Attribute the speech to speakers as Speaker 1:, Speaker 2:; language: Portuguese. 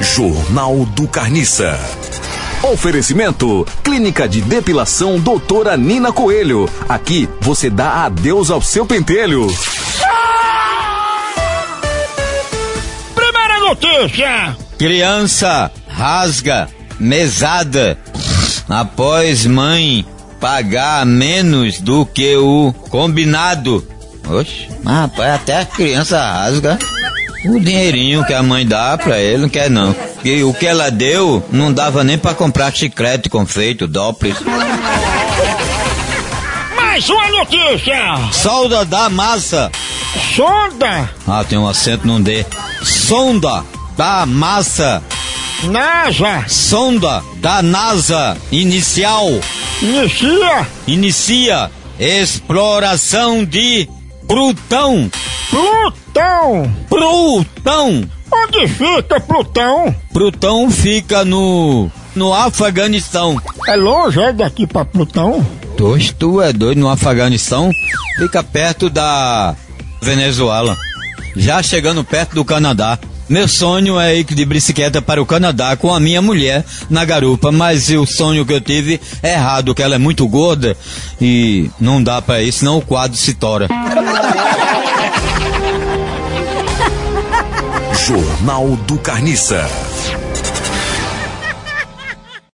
Speaker 1: Jornal do Carniça. Oferecimento: Clínica de Depilação Doutora Nina Coelho. Aqui você dá adeus ao seu pentelho.
Speaker 2: Primeira notícia:
Speaker 3: Criança rasga mesada após mãe pagar menos do que o combinado. Oxe, mas rapaz, até a criança rasga. O dinheirinho que a mãe dá pra ele não quer não. E o que ela deu não dava nem pra comprar chiclete, confeito, doples.
Speaker 2: mais uma notícia:
Speaker 3: Solda da massa.
Speaker 2: sonda
Speaker 3: Ah, tem um acento num D. Sonda da massa.
Speaker 2: NASA
Speaker 3: Sonda da NASA. Inicial.
Speaker 2: inicia
Speaker 3: Inicia exploração de Plutão.
Speaker 2: Plutão.
Speaker 3: Plutão.
Speaker 2: Onde fica Plutão?
Speaker 3: Plutão fica no. no Afeganistão.
Speaker 2: É longe é daqui pra Plutão?
Speaker 3: Dois, tu é doido no Afeganistão? Fica perto da Venezuela. Já chegando perto do Canadá. Meu sonho é ir de bicicleta para o Canadá com a minha mulher na garupa, mas o sonho que eu tive é errado, que ela é muito gorda e não dá para isso, senão o quadro se tora.
Speaker 1: Jornal do Carniça.